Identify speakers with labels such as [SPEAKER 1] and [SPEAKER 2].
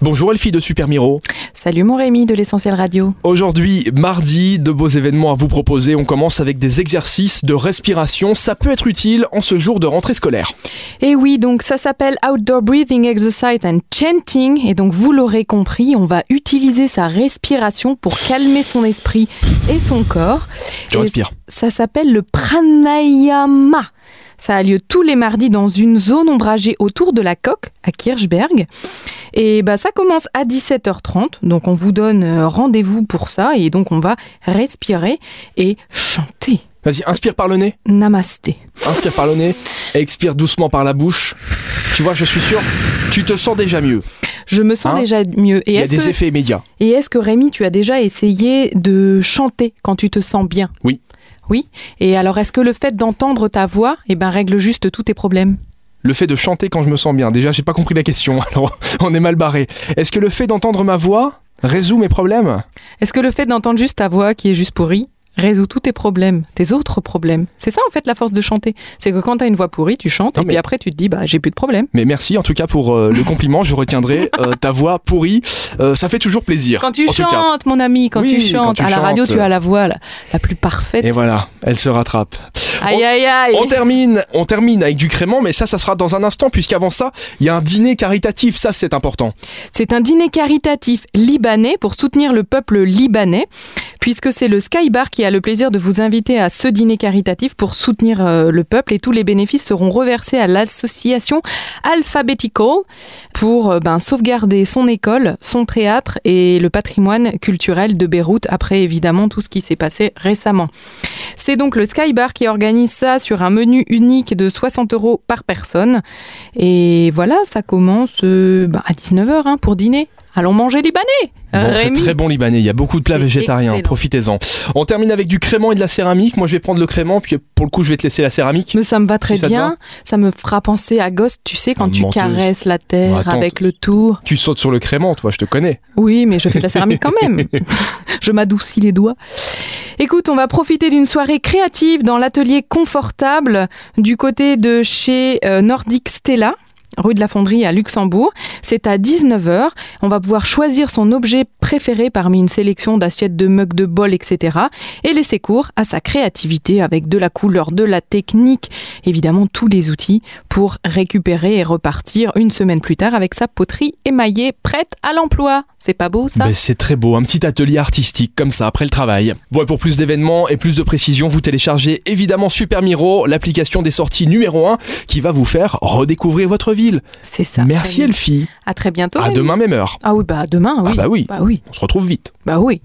[SPEAKER 1] Bonjour Elfie de Super Miro.
[SPEAKER 2] Salut mon Rémi de l'Essentiel Radio.
[SPEAKER 1] Aujourd'hui, mardi, de beaux événements à vous proposer. On commence avec des exercices de respiration. Ça peut être utile en ce jour de rentrée scolaire.
[SPEAKER 2] Et Eh oui, donc ça s'appelle Outdoor Breathing Exercise and Chanting. Et donc vous l'aurez compris, on va utiliser sa respiration pour calmer son esprit et son corps.
[SPEAKER 1] Je
[SPEAKER 2] Et
[SPEAKER 1] respire.
[SPEAKER 2] Ça s'appelle le pranayama. Ça a lieu tous les mardis dans une zone ombragée autour de la coque à Kirchberg. Et bah ça commence à 17h30. Donc on vous donne euh, rendez-vous pour ça et donc on va respirer et chanter.
[SPEAKER 1] Vas-y, inspire par le nez,
[SPEAKER 2] Namasté.
[SPEAKER 1] inspire par le nez, et expire doucement par la bouche. Tu vois, je suis sûr, tu te sens déjà mieux.
[SPEAKER 2] Je me sens
[SPEAKER 1] Hein
[SPEAKER 2] déjà mieux. Et
[SPEAKER 1] Il y a
[SPEAKER 2] est-ce
[SPEAKER 1] des
[SPEAKER 2] que,
[SPEAKER 1] effets immédiats.
[SPEAKER 2] et est-ce que Rémi, tu as déjà essayé de chanter quand tu te sens bien
[SPEAKER 1] Oui.
[SPEAKER 2] Oui. Et alors, est-ce que le fait d'entendre ta voix, eh ben, règle juste tous tes problèmes
[SPEAKER 1] Le fait de chanter quand je me sens bien. Déjà, j'ai pas compris la question, alors on est mal barré. Est-ce que le fait d'entendre ma voix résout mes problèmes
[SPEAKER 2] Est-ce que le fait d'entendre juste ta voix, qui est juste pourrie, résout tous tes problèmes, tes autres problèmes C'est ça, en fait, la force de chanter. C'est que quand t'as une voix pourrie, tu chantes,
[SPEAKER 1] Non,
[SPEAKER 2] et puis
[SPEAKER 1] mais-
[SPEAKER 2] après, tu te dis, bah, j'ai plus de problème.
[SPEAKER 1] Mais merci en tout cas pour euh, le compliment, je retiendrai euh, ta voix pourrie. Euh, ça fait toujours plaisir.
[SPEAKER 2] Quand tu
[SPEAKER 1] en tout cas.
[SPEAKER 2] chantes, mon ami, quand
[SPEAKER 1] Oui,
[SPEAKER 2] tu
[SPEAKER 1] quand
[SPEAKER 2] chantes,
[SPEAKER 1] tu
[SPEAKER 2] à la radio,
[SPEAKER 1] chantes. euh.
[SPEAKER 2] tu as la voix la, la plus parfaite.
[SPEAKER 1] Et voilà, elle se rattrape.
[SPEAKER 2] Aïe, aïe, aïe
[SPEAKER 1] On termine, on termine avec du crément, mais ça, ça sera dans un instant, puisqu'avant ça, il y a un dîner caritatif, ça c'est important.
[SPEAKER 2] C'est un dîner caritatif libanais pour soutenir le peuple libanais, puisque c'est le Skybar qui a le plaisir de vous inviter à ce dîner caritatif pour soutenir euh, le peuple et tous les bénéfices seront reversés à l'association Alphabetical pour euh, ben, sauvegarder son école, son théâtre et le patrimoine culturel de Beyrouth après évidemment tout ce qui s'est passé récemment. C'est donc le Skybar qui organise ça sur un menu unique de 60 euros par personne. Et voilà, ça commence euh, bah, à 19h hein, pour dîner. Allons manger libanais
[SPEAKER 1] Bon, c'est
[SPEAKER 2] Euh, Rémi
[SPEAKER 1] très bon libanais, il y a beaucoup de plats
[SPEAKER 2] C'est
[SPEAKER 1] végétariens,
[SPEAKER 2] excellent.
[SPEAKER 1] profitez-en. On termine avec du crément et de la céramique, moi je vais prendre le crément, puis pour le coup je vais te laisser la céramique.
[SPEAKER 2] mais ça me va très
[SPEAKER 1] ça te
[SPEAKER 2] bien,
[SPEAKER 1] va
[SPEAKER 2] ça me fera penser à Ghost, tu sais, quand
[SPEAKER 1] Ah,
[SPEAKER 2] tu
[SPEAKER 1] menteuse.
[SPEAKER 2] caresses la terre
[SPEAKER 1] Bon, attends.
[SPEAKER 2] avec le tour.
[SPEAKER 1] Tu sautes sur le crément, toi, je te connais.
[SPEAKER 2] Oui, mais je fais de la céramique quand même. je m'adoucis les doigts. Écoute, on va profiter d'une soirée créative dans l'atelier confortable du côté de chez euh, Nordic Stella. Rue de la Fonderie à Luxembourg. C'est à 19h. On va pouvoir choisir son objet préféré parmi une sélection d'assiettes, de mugs, de bols, etc. Et laisser cours à sa créativité avec de la couleur, de la technique, évidemment tous les outils pour récupérer et repartir une semaine plus tard avec sa poterie émaillée prête à l'emploi. C'est pas beau ça
[SPEAKER 1] Ben, c'est très beau, un petit atelier artistique comme ça après le travail. Bon, et pour plus d'événements et plus de précisions, vous téléchargez évidemment Super Miro, l'application des sorties numéro 1 qui va vous faire redécouvrir votre ville.
[SPEAKER 2] C'est ça.
[SPEAKER 1] Merci Elfie,
[SPEAKER 2] À très bientôt.
[SPEAKER 1] à
[SPEAKER 2] Rémi.
[SPEAKER 1] demain même heure.
[SPEAKER 2] Ah oui, bah à demain, oui.
[SPEAKER 1] Ah bah oui,
[SPEAKER 2] Bah oui,
[SPEAKER 1] on se retrouve vite.
[SPEAKER 2] bah oui.